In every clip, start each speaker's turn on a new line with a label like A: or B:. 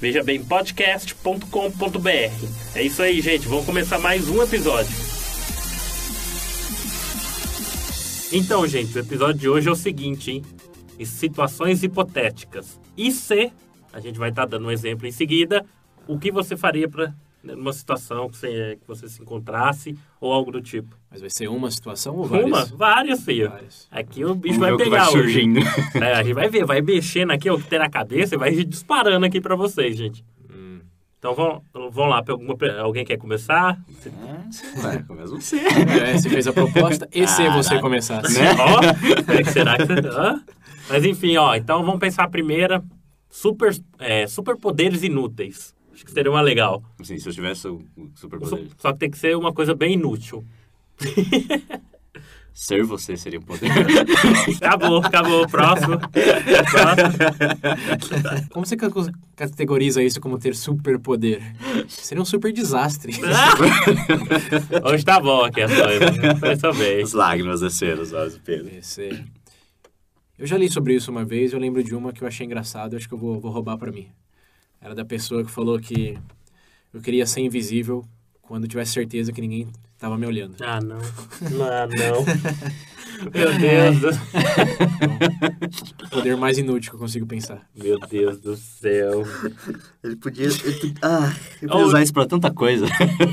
A: vejabempodcast.com.br. É isso aí, gente, vamos começar mais um episódio. Então, gente, o episódio de hoje é o seguinte, hein? Em situações hipotéticas. E se, a gente vai estar dando um exemplo em seguida, o que você faria para numa situação que você, que você se encontrasse ou algo do tipo?
B: Mas vai ser uma situação ou várias?
A: Uma? Várias, filho.
B: Várias.
A: Aqui o bicho vai
B: Vamos ver o que
A: pegar
B: vai
A: hoje.
B: surgindo.
A: É, a gente vai ver, vai mexendo aqui, ó, o que tem na cabeça e vai disparando aqui para vocês, gente.
B: Hum.
A: Então vão, vão lá, alguma pe- alguém quer começar?
B: Vai, começa você. É, você fez a proposta e se você começar. né?
A: Ó, é que Né? será que você... Hã? Mas enfim, ó, então vamos pensar a primeira. Super, é, superpoderes inúteis. Acho que seria uma legal.
C: Assim, se eu tivesse o o superpoder,
A: Su- Só que tem que ser uma coisa bem inútil.
C: ser você seria um poder.
A: Acabou, acabou. Próximo. Próximo.
B: Como você ca- categoriza isso como ter superpoder? Seria um super desastre.
A: Hoje tá bom aqui a sua. Foi sua
C: As
A: vez.
C: lágrimas desceram os olhos do Pedro.
B: Esse- Eu já li sobre isso uma vez, eu lembro de uma que eu achei engraçada, acho que eu vou, vou roubar pra mim. Era da pessoa que falou que eu queria ser invisível quando tivesse certeza que ninguém tava me olhando. Então,
A: Ah, não. Ah, não. Meu Deus. do-
B: O poder mais inútil que eu consigo pensar.
A: Meu Deus do céu.
C: Ele podia. Ele, ah, ele
A: Ou-
C: podia usar isso pra tanta coisa.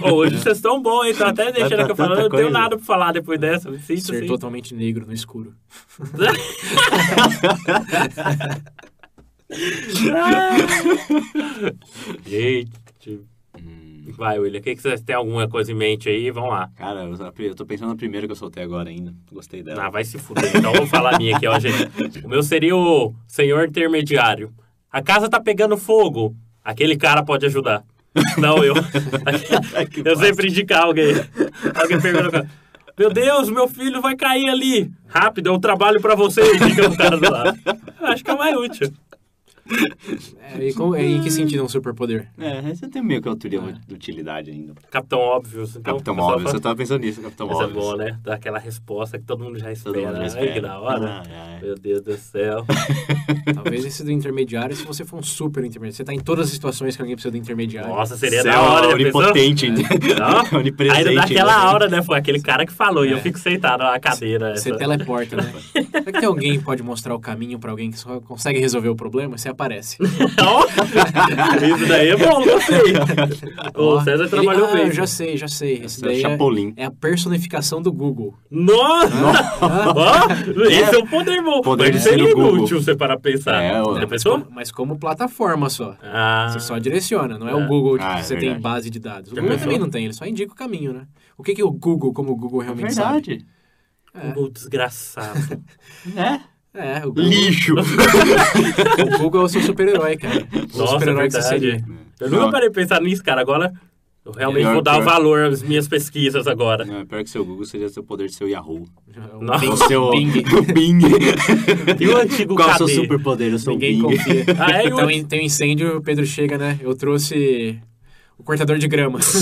A: Ô, hoje vocês estão bons, hein? Tá até deixando
C: pra
A: que eu falando. Eu não
C: tanta
A: tenho
C: coisa.
A: nada pra falar depois dessa. Me sinto
B: Ser
A: assim.
B: totalmente negro no escuro.
A: Gente. Vai, William. O que, que vocês têm alguma coisa em mente aí? Vamos lá.
C: Cara, eu, só- eu tô pensando na primeira que eu soltei agora ainda. Gostei dela.
A: Ah, vai se fuder. Então vamos falar a minha aqui, ó, gente. O meu seria o senhor intermediário. A casa tá pegando fogo. Aquele cara pode ajudar. Não, eu.
C: Que
A: eu sempre indicar alguém. Alguém pergunta. Meu Deus, meu filho vai cair ali. Rápido, é um trabalho pra você. Fica o cara do lado. Eu acho que é o mais útil.
B: É, e qual- é, em que sentido é um superpoder?
C: É, você tem meio que autoria de utilidade ainda.
A: Capitão Óbvio. Então,
C: Capitão
A: o pessoal
C: Móvel,
A: fala-
C: você tá tava pensando nisso, Capitão
A: Mas é
C: Móvel.
A: bom, né? Dá aquela resposta que todo mundo já espera.
C: Todo mundo já
A: Ai,
C: espera.
A: que da hora.
C: Ah, é.
A: Meu Deus do céu.
B: Talvez esse do intermediário, se você for um super intermediário. Você tá em todas as situações que alguém precisa do intermediário.
A: Nossa, seria
C: Você é
A: da hora, já pensou?
C: onipotente ainda.
A: Não?
C: Onipresente.
A: Aí dá aquela
C: ainda.
A: aura, né? Foi aquele cara que falou e eu
B: É.
A: fico sentado na cadeira.
B: Você
A: essa.
B: teleporta, né? Será que tem alguém que pode mostrar o caminho pra alguém que só consegue resolver o problema? Você aparece.
A: Então, isso daí é bom, gostei.
B: Ó,
A: o César
B: ele-
A: trabalhou
B: ah,
A: bem.
B: eu já sei, já sei. Esse
C: Você é
B: daí é,
C: Chapolin.
B: é a personificação do Google.
A: Nossa! Ó, esse é um poder bom.
C: Poder
A: Mas
C: de
A: isso
C: ser
A: é
C: o Google.
A: inútil você para pensar.
C: É,
A: Já
C: ó. Não,
B: Mas
A: pensou?
B: como- Mas como plataforma só.
A: Ah,
B: Você só direciona, não é,
A: É.
B: o Google que
C: Ah, é
B: você tem
C: verdade.
B: base de dados. O
A: Já
B: Google
A: pensou?
B: também não tem, ele só indica o caminho, né? O que, que o Google, como o Google
C: É
B: realmente sabe?
C: verdade.
A: Google Ah, desgraçado.
C: Né?
B: É, o Google,
C: Lixo.
B: o Google é o seu super-herói, cara. O
A: Nossa, é
B: super-herói que você
A: verdade.
B: seria.
A: Eu nunca
C: Não.
A: parei de pensar nisso, cara. Agora eu realmente
C: Melhor,
A: vou dar
C: pior.
A: valor às minhas pesquisas agora.
C: Não, é pior que seu Google seria seu poder de seu Yahoo.
A: Nossa.
C: O seu
B: Bing.
C: Bing.
A: E o antigo
C: Qual é o
A: cadê?
C: seu superpoder? Eu sou o
B: Ninguém
C: Bing.
B: confia.
A: Ah, é, e o
B: então, em- tem um incêndio, o Pedro chega, né? Eu trouxe o cortador de grama.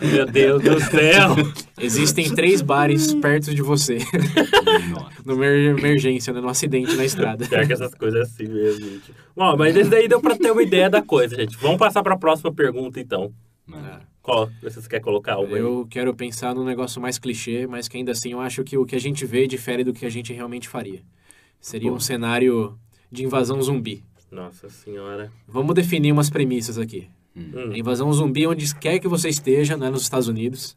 A: Meu Deus do céu.
B: Existem três bares perto de você.
C: Nossa.
B: Numa emergência, né? Num acidente na estrada.
A: Pior que essas coisas é assim mesmo, gente. Bom, mas esse daí deu pra ter uma ideia da coisa, gente. Vamos passar pra próxima pergunta, então.
C: Mano,
A: Qual? Vocês querem colocar uma? aí?
B: É, Eu quero pensar num negócio mais clichê, mas que ainda assim eu acho que o que a gente vê difere do que a gente realmente faria. Seria um
C: Boa.
B: cenário de invasão zumbi.
A: Nossa senhora.
B: Vamos definir umas premissas aqui.
A: Hum.
B: A invasão zumbi onde quer que você esteja, né, nos Estados Unidos.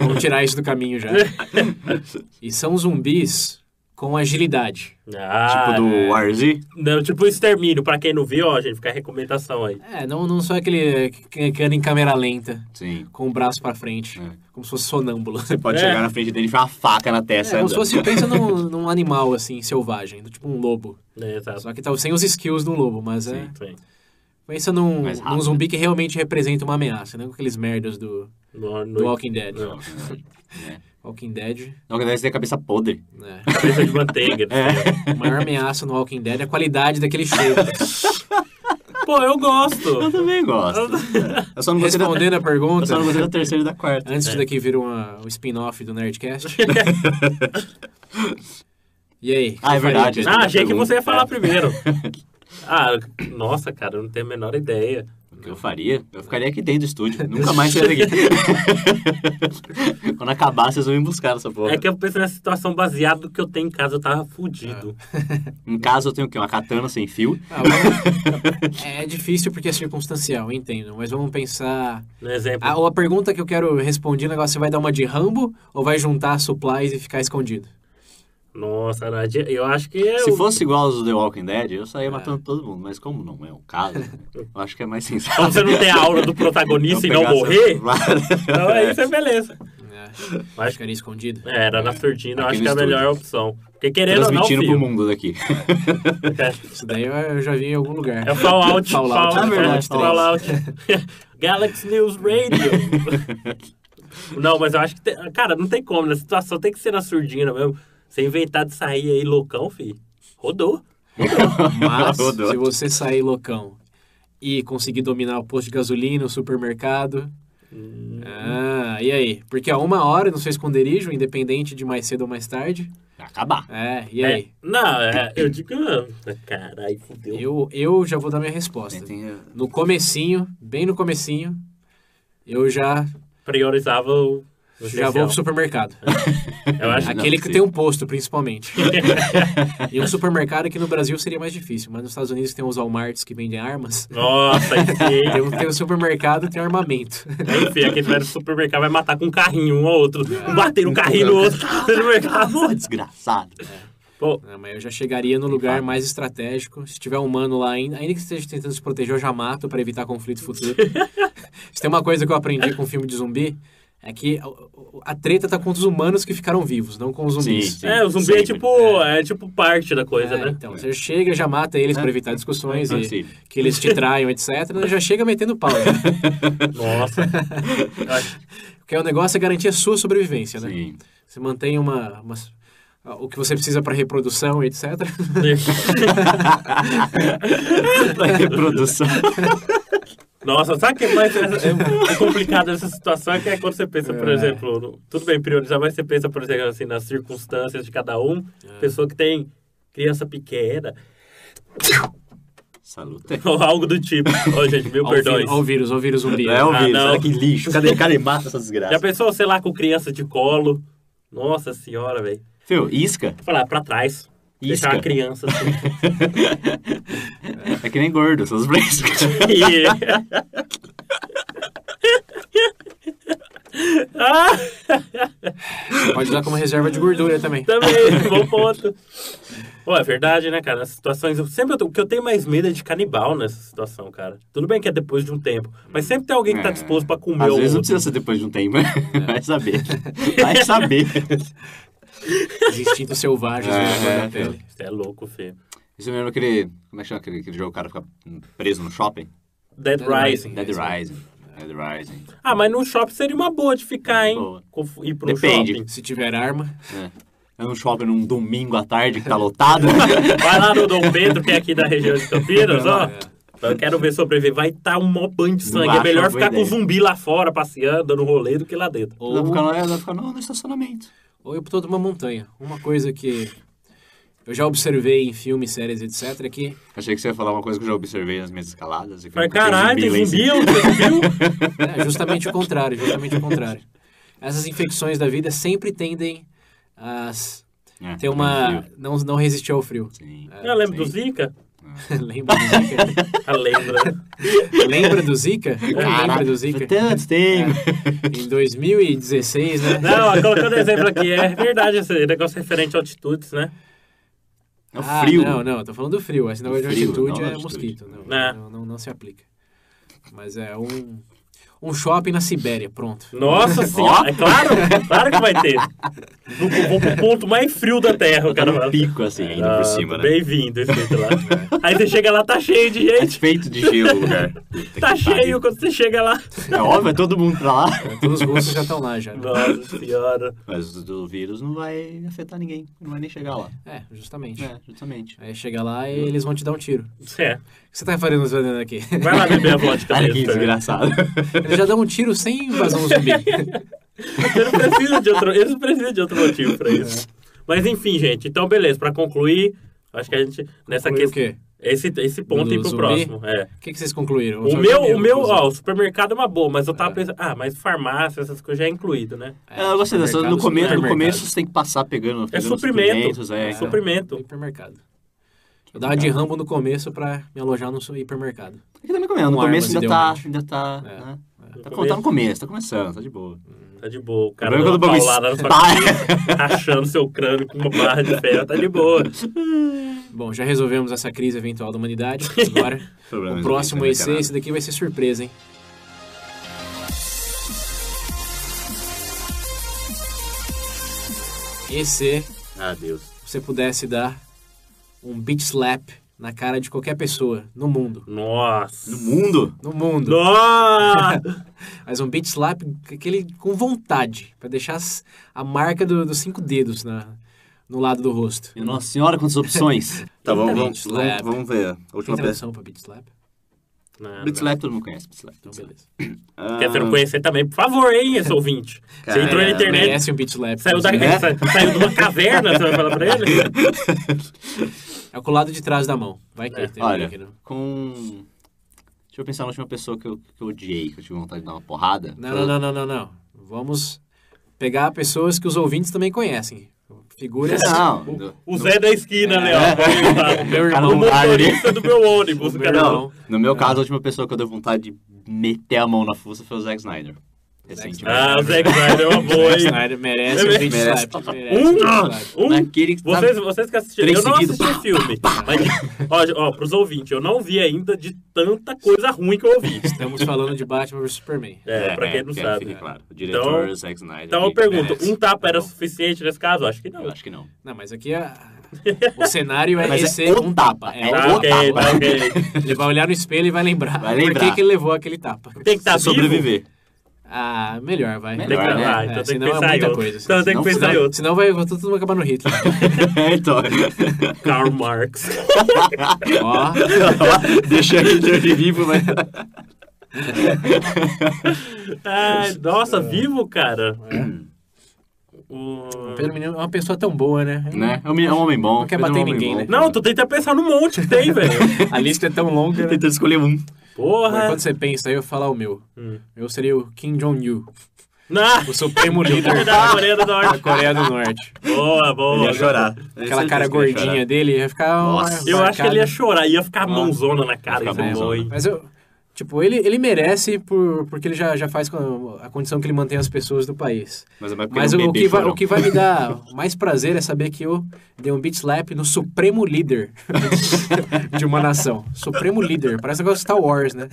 B: Vamos tirar isso do caminho já. E são zumbis com agilidade.
A: Ah,
C: tipo
B: é.
C: do RZ.
A: não, tipo extermínio, pra quem não viu, ó, gente, fica a recomendação aí.
B: É, não, não só aquele que, que anda em câmera lenta,
C: Sim.
B: com o braço pra frente,
C: É.
B: como se fosse sonâmbulo.
C: Pode
A: É.
C: chegar na frente dele e enfiar uma faca na
B: É,
C: testa.
B: como se
C: andando.
B: fosse, pensa num, num animal, assim, selvagem, tipo um lobo.
A: É, tá.
B: Só que tá sem os skills de um lobo, mas é...
A: Sim.
B: Pensa num,
C: Mais
B: num
C: rápido.
B: zumbi que realmente representa uma ameaça, não com aqueles merdas do,
A: No,
B: do
A: no,
B: Walking Dead.
A: Não.
C: É.
B: Walking Dead,
C: Não, que deve ter a cabeça podre. É.
B: né?
A: cabeça de manteiga.
B: A maior ameaça no Walking Dead é a qualidade daquele cheiro.
A: Pô, eu gosto.
C: Eu também gosto. Eu só não gostei da,
B: Respondendo a
C: eu
B: pergunta,
C: só não gostei da terceira e da quarta.
B: antes
A: É.
B: disso daqui vir uma, um spin-off do Nerdcast. E aí? o que
C: Ah, é
B: você faria?
C: verdade. essa
A: Ah,
C: é a
A: achei que
C: pergunta.
A: você ia falar
C: É.
A: primeiro. Ah, nossa, cara, eu não tenho a menor ideia.
C: O que eu faria? Eu ficaria aqui dentro do estúdio. Nunca mais saio daqui. Quando acabar, vocês vão me buscar nessa porra.
A: É que eu penso nessa situação baseada do que eu tenho em casa, eu tava fudido.
C: Ah. Em casa Um eu tenho o quê? Uma katana sem fio.
B: Ah, vamos- é difícil porque é circunstancial, eu entendo. Mas vamos pensar.
A: No exemplo.
B: Ah, ou a pergunta que eu quero responder, o negócio você vai dar uma de Rambo ou vai juntar supplies e ficar escondido?
A: Nossa, Nadia, eu acho que eu.
C: Se fosse igual aos do The Walking Dead, eu saía
B: É.
C: matando todo mundo. Mas como não é o caso, eu acho que é mais sensato.
A: Então você não tem a aura do protagonista e não morrer, então aí você é beleza.
B: É,
A: Acho
B: ficaria escondido?
A: É, Era na surdina, eu
C: Aqui
A: acho
C: no
A: que é a
C: estúdio.
A: melhor opção. Porque querendo ou não,
C: Transmitindo pro
A: filho,
C: mundo daqui.
B: Isso daí eu- eu já vi em algum lugar.
A: é Fallout,
B: Fallout,
A: Fallout,
C: é verdade,
A: Fallout, Fallout. Galaxy News Radio. não, mas eu acho que, tem- cara, não tem como, na situação tem que ser na surdina mesmo. Você inventar de sair aí loucão, filho, rodou.
B: Mas
C: Rodou.
B: se você sair loucão e conseguir dominar o posto de gasolina, o supermercado. Ah, e aí? Porque a uma hora no seu esconderijo, independente de mais cedo ou mais tarde.
C: Vai acabar.
B: É, e aí?
A: É, não, é, eu digo, ah, caralho, fudeu.
B: Eu, eu já vou dar minha resposta.
A: é,
B: No comecinho, bem no comecinho, eu já,
A: Priorizava o. o
B: já vou
A: essencial.
B: pro supermercado.
A: Eu acho que.
C: é um- Não, é
B: Aquele que
C: sim.
B: tem um posto, principalmente. e um supermercado aqui no Brasil seria mais difícil, mas nos Estados Unidos tem os Walmarts que vendem armas.
A: Nossa,
B: Tem
A: enfim.
B: um, tem um supermercado que tem armamento.
A: Enfim, aquele vai no supermercado vai matar com um carrinho um ao outro.
B: Ah,
A: Um bater um carrinho no outro. no supermercado.
C: Desgraçado.
A: é, Pô,
B: Não, mas eu já chegaria no lugar mais estratégico. Se tiver um humano lá ainda, ainda que esteja tentando se proteger, eu já mato pra evitar conflito futuro. se tem uma coisa que eu aprendi com o filme de zumbi, é que a, a treta tá contra os humanos que ficaram vivos, não com os zumbis.
C: Sim, sim.
A: é, o zumbi é
C: sempre.
A: tipo, é tipo parte da coisa,
B: É,
A: né?
B: então, você chega, já mata eles pra evitar discussões
C: É,
B: e
C: sim.
B: que eles te traiam, etc. Já chega metendo pau. Né?
A: Nossa. Eu acho-
B: Porque o negócio é garantir a sua sobrevivência, né?
C: Sim.
B: Você mantém uma, uma- o que você precisa pra reprodução, etc.
C: pra reprodução.
A: Nossa, sabe o que mais é, é complicado nessa situação? É que é quando você pensa, por
B: É.
A: exemplo, no- tudo bem priorizar, mas você pensa, por exemplo, assim, nas circunstâncias de cada um. Pessoa que tem criança pequena,
C: Saluta.
A: ou algo do tipo. Ô, gente, mil
B: Olha o vi-
A: perdões.
B: olha o vírus, olha o vírus zumbi.
C: Não é o
A: Ah,
C: vírus,
A: não.
C: olha que lixo. Cadê, cadê mata essa desgraça?
A: Já pensou, sei lá, com criança de colo? Nossa senhora, velho.
C: Fio, isca.
A: Falar pra trás. Deixar
C: Isca.
A: a criança assim.
C: É que nem gordo, essas brancas.
A: E- ah,
B: Pode usar como reserva de gordura também.
A: também, bom ponto. Pô, é verdade, né, cara? Nas situações. eu sempre eu tô- o que eu tenho mais medo é de canibal nessa situação, cara. Tudo bem que é depois de um tempo. Mas sempre tem alguém que tá
C: É.
A: disposto pra comer
C: Às
A: o
C: vezes não
A: outro.
C: precisa ser depois de um tempo.
A: É.
C: Vai saber. Vai saber.
B: Os instintos selvagens
C: É,
B: né, na
C: é,
B: da pele.
A: Você é louco, filho.
C: Isso me lembra aquele. Como é que chama aquele, aquele jogo que o cara fica preso no shopping?
A: Dead,
B: Dead
A: Rising.
B: Rising.
C: Dead
B: Sim.
C: Rising. Dead Rising.
A: Ah, mas no shopping seria uma boa de ficar, hein?
C: Boa.
A: Conf- Ir pro
C: Depende.
A: shopping.
B: Se tiver arma,
C: É um shopping num domingo à tarde que tá lotado.
A: Vai lá no Dom Pedro, que é aqui da região de Campinas, ó. Eu quero ver sobreviver. Vai estar um mó banho de sangue.
C: é. acho
A: É melhor
C: uma boa
A: ficar com
C: ideia.
A: zumbi lá fora, passeando, dando rolê, do que lá dentro.
C: Ela
B: ou,
C: fica lá, ela fica no, no estacionamento.
B: ou ir pra toda uma montanha. Uma coisa que eu já observei em filmes, séries, etc. é que
C: Achei que você ia falar uma coisa que eu já observei nas minhas escaladas. é que
A: Falei,
C: nunca tem
A: caralho,
C: zumbi lá
A: tem
C: em
A: zumbi, você
C: cima.
A: viu?
B: é justamente o contrário, justamente o contrário. Essas infecções da vida sempre tendem a s-
C: É,
B: ter uma... É.
C: frio.
B: não, não resistir ao frio.
C: Sim.
A: Eu lembro do
C: Sim.
A: Zika.
B: Lembra do Zika?
A: Ah, lembra.
B: Lembra do Zika? Lembra do
C: foi
B: Zika?
C: tanto tempo.
B: Em 2016, né?
A: um é Não, ó, colocando exemplo aqui, é verdade esse negócio referente a altitudes, né?
C: É o
B: Ah,
C: frio.
B: Não, não, tô falando do frio. Esse negócio de
C: Frio,
B: altitude
C: não
B: é
C: da altitude.
B: mosquito. Não,
A: É.
B: não, não, não se aplica. Mas é um, um shopping na Sibéria, pronto.
A: Nossa senhora, é claro, claro que vai ter. Vou, pro- vou pro ponto mais frio da Terra, o
C: Tá
A: cara
C: num
A: fala.
C: pico, assim, ainda
A: Ah,
C: por cima, né?
A: Bem-vindo, escrito lá. Aí você chega lá, tá cheio de
C: É
A: gente,
C: feito de gelo o lugar. Puta
A: tá
C: que pariu.
A: cheio quando você chega lá.
C: É óbvio, é todo mundo pra lá.
B: Então os russos já estão lá já. né?
A: Nossa senhora.
C: Mas o do vírus não vai afetar ninguém. Não vai nem chegar lá.
B: É, justamente.
C: É, justamente.
B: Aí chega lá e eles vão te dar um tiro.
A: É,
B: O que você tá fazendo fazendo aqui?
A: vai lá beber a vodka
C: Olha que
A: deles também.
C: desgraçado.
B: Eles já dão um tiro sem invasão zumbi.
A: Você não precisa de outro, eles não precisam de outro motivo pra isso. né? Mas enfim, gente, então beleza, pra concluir, acho que a gente, nessa
B: Foi o
A: questão,
B: quê?
A: esse, esse ponto
B: Do
A: aí pro
B: zumbi?
A: próximo. É.
B: O que, que vocês concluíram?
A: O meu,
B: Foi
A: o
B: primeiro,
A: meu,
B: inclusive.
A: ó, o supermercado é uma boa, mas eu tava
B: É.
A: pensando, ah, mas farmácia, essas coisas já é incluído, né?
B: É,
C: eu gostei dessa.
B: supermercado,
C: No começo, no
B: supermercado.
C: começo você tem que passar pegando.
A: É
C: pegando os
A: suprimento.
C: suprimentos, É,
A: É
C: então.
A: suprimento.
B: Hipermercado. Eu dava de rambo no começo pra me alojar no hipermercado.
C: É que também começo. No
B: Com
C: começo
B: armas,
C: ainda tá.
B: idealmente.
C: Ainda tá.
B: É.
C: né?
A: No
C: Tá,
A: começo.
C: tá no começo, tá começando, tá de boa.
A: Tá de boa. O
C: O
A: cara
C: problema é
A: dá
C: quando o
A: uma
C: bagulho
A: paulada na sua cabeça,
C: espalha.
A: rachando seu crânio com uma barra de ferro, tá de boa.
B: Bom, já resolvemos essa crise eventual da humanidade. Agora,
C: Problema
B: o
C: de
B: é próximo
C: doença,
B: EC,
C: né,
B: esse daqui vai ser surpresa, hein? E se
C: caralho? Ah, Deus.
B: você pudesse dar um beat slap na cara de qualquer pessoa no mundo?
A: Nossa.
C: No mundo?
B: No mundo.
A: Nossa!
B: Mas um beat slap, aquele com vontade, pra deixar as- a marca do- dos cinco dedos na, no lado do rosto.
C: Minha Nossa senhora, quantas opções. tá, vamos, vamos,
B: Slap.
C: vamos, vamos ver. A
B: Tem
C: última peça.
B: tradução pra beat slap?
A: Não,
C: Beat Slap todo mundo conhece, Beat Slap.
B: Então, beleza.
A: não. Quer se não conhecer também, por favor, hein, esse ouvinte. Você
C: Cara,
A: entrou na
C: é,
A: internet,
B: Merece um beat slap.
A: saiu, da,
B: inclusive.
C: É?
A: sa- saiu de uma caverna, você vai falar pra ele?
B: É com o lado de trás da mão. Vai que
A: É.
B: tem um
C: Olha,
B: aqui, né? não.
C: com... Deixa eu pensar na última pessoa que eu, que eu odiei, que eu tive vontade de dar uma porrada.
B: Não, não, não, não, não, não. Vamos pegar pessoas que os ouvintes também conhecem. Figuras.
C: Não, não.
A: O Zé da esquina, né?
B: O
A: ó.
B: meu
C: É. Cara,
A: O
B: irmão.
C: não dá,
A: motorista do meu ônibus,
B: O
A: cara.
B: meu-
A: Não. É.
B: Não.
C: No meu caso, a última pessoa que eu dei vontade de meter a mão na fuça foi o Zack Snyder. tipo Recentemente.
A: Ah, o Zé Snyder é uma boa,
B: Zack
A: hein?
B: Snyder merece um
A: Merece.
B: beat
C: Merece.
B: slap. Merece um beat slap.
A: Um, um
C: Naquele que
A: Vocês,
C: tá...
A: vocês que assistiram,
C: Três
A: eu não
C: seguidos,
A: assisti o filme, mas, ó, ó, pros ouvintes, eu não vi ainda de tanta coisa ruim que eu ouvi.
B: Estamos falando de Batman vs Superman.
A: É, pra quem não
C: que
A: sabe.
C: Fique claro. O diretor Zack Snyder.
A: Então eu
C: ele
A: pergunto,
C: merece.
A: um tapa era
C: Não,
A: suficiente nesse caso? Acho que
C: Eu
A: não.
C: acho que não.
B: Não, mas aqui é- o cenário é
C: Mas é
B: esse
C: o
B: um tapa. É
C: tapa.
A: Tá
B: o
A: ok,
B: tapa.
A: tá ok.
B: Ele vai olhar no espelho e vai lembrar,
C: Vai
B: por
C: lembrar.
B: que, que ele levou aquele tapa.
A: Tem que estar
C: Se
A: Tá vivo.
C: sobreviver.
B: Ah, melhor, vai.
A: Tem que estar
C: Melhor, né?
A: ah,
B: É,
A: então tem que
B: senão é
A: pensar em
B: muita
A: outro.
B: coisa.
A: Então tem que
C: Não,
A: pensar em
B: Senão,
A: outro.
B: senão vai, vai todo mundo acabar no Hitler.
C: então.
A: Karl Marx.
B: Ó,
C: Deixa ele de vivo, mas.
A: Ai, nossa, vivo, cara.
C: É.
A: O-
B: Pedro Menino é uma pessoa tão boa, né?
C: Né? É um menino- é um homem bom.
B: Não quer
C: Pedro é um
B: bater em
C: homem
B: ninguém,
C: bom.
B: né?
A: Não, tô tentando pensar no monte que tem, velho.
B: A lista é tão longa. né?
C: Tentando escolher um.
B: Mas
A: Porra.
B: quando você pensa, aí eu vou falar o meu.
A: Hum.
B: Eu seria o Kim Jong-il,
A: Na
B: o supremo líder
A: da
B: da
A: Coreia do Norte.
B: Coreia do Norte.
A: Boa, boa.
B: Aquela cara gordinha dele ia ficar. uma-
C: Nossa.
A: Eu acho que
B: marcada.
A: ele ia chorar, ia ficar a mãozona na cara.
C: Ah. Ia ficar
A: isso é bom,
C: mãozona.
A: hein?
B: Mas eu. Tipo, ele, ele merece por, porque ele já, já faz com a condição que ele mantém as pessoas do país.
C: Mas, é
B: Mas o, o que vai, o que vai me dar mais prazer é saber que eu dei um beat slap no supremo líder de uma nação. Supremo líder. Parece um negócio de Star Wars, né?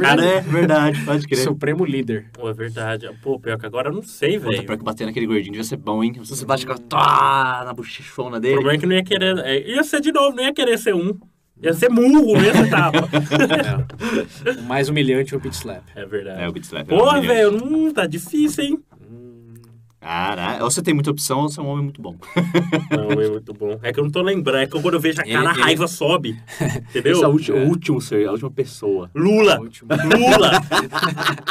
C: Cara, é verdade, pode crer.
B: Supremo líder.
A: Pô, é verdade. Pô, pior que agora eu não sei,
C: Puta,
A: velho.
C: pior que bater naquele gordinho devia ser bom, hein? Se você bate com a... Tá, na bochechona
A: O
C: dele.
A: problema é que não ia querer. é, Ia ser de novo, não ia querer ser um. Ia ser murro, não ia ser tapa.
B: O mais humilhante é o beat slap.
A: é verdade.
C: É, o beat slap. é
A: Porra,
C: maravilhoso.
A: velho, hum, tá difícil, hein?
C: Caralho, ou você tem muita opção ou você é um homem muito bom.
A: Não, é muito bom. É que eu não tô lembrando. É que quando eu vejo a cara,
B: Ele-
A: a raiva sobe. Entendeu?
C: Esse é o último, o último ser, a última pessoa.
A: Lula!
B: Último.
A: Lula!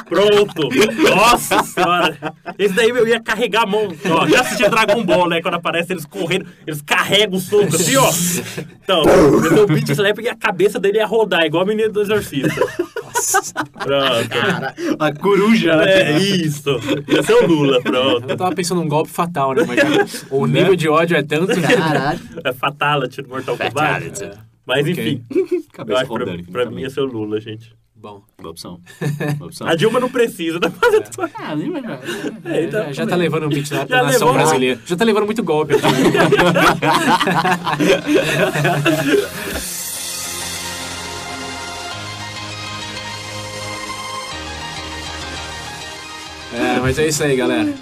A: Pronto! Nossa senhora! Esse daí eu ia carregar a mão. Ó, já assisti Dragon Ball, né? Quando aparece eles correndo, eles carregam o soco assim, ó. Então, eu dou o beat slap e a cabeça dele ia rodar, igual a menina do exorcista. Pronto.
C: A coruja,
A: É isso. Ia ser o Lula,
B: Eu
A: pronto.
B: tava pensando num golpe fatal, né? Mas o nível de ódio é tanto.
C: Caralho.
A: É fatality no Mortal Kombat.
C: Fatality.
A: Mas
B: Ok.
A: enfim, eu
C: é, Cabeça
A: acho que
C: rodando. tá então.
A: pra, pra mim ia ser o Lula, gente.
B: Bom,
C: Boa opção. Boa opção.
A: A Dilma não precisa da Fazenda.
C: Ah, nem vai-
A: É, então,
B: já, já tá levando um beat lá
A: Já
B: pra nação
A: levou-
B: brasileira. Já tá levando muito golpe. aqui. é, mas é isso aí, galera.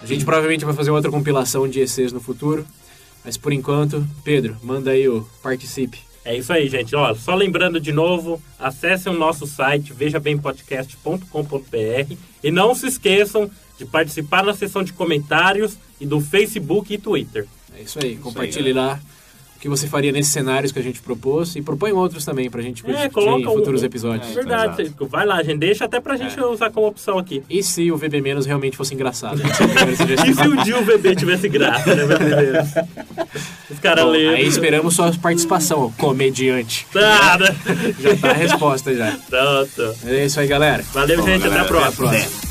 B: A gente provavelmente vai fazer outra compilação de ECs no futuro. Mas por enquanto, Pedro, manda aí o participe.
A: É isso aí, gente. Ó, só lembrando de novo, acessem o nosso site vejabempodcast.com.br e não se esqueçam de participar na seção de comentários e do Facebook e Twitter.
B: É isso aí, compartilhe lá o que você faria nesses cenários que a gente propôs e propõe outros também pra gente
A: É,
B: discutir
A: coloca
B: em futuros
A: um-
B: episódios.
C: É,
A: Verdade,
C: exato.
A: Cênico. vai lá, gente. Deixa até pra
B: É.
A: gente usar como opção aqui.
B: E se o VB menos realmente fosse engraçado? Essa é a primeira sugestão.
A: E se o Gil bebê tivesse graça, né, meu Deus? Os caras
B: Bom,
A: leram.
B: aí esperamos sua participação, ó, comediante.
A: Tá, né?
B: Já tá a resposta já.
A: Pronto.
B: É isso aí, galera.
A: Valeu, gente. Até a
C: galera,
A: próxima.
B: Até a próxima.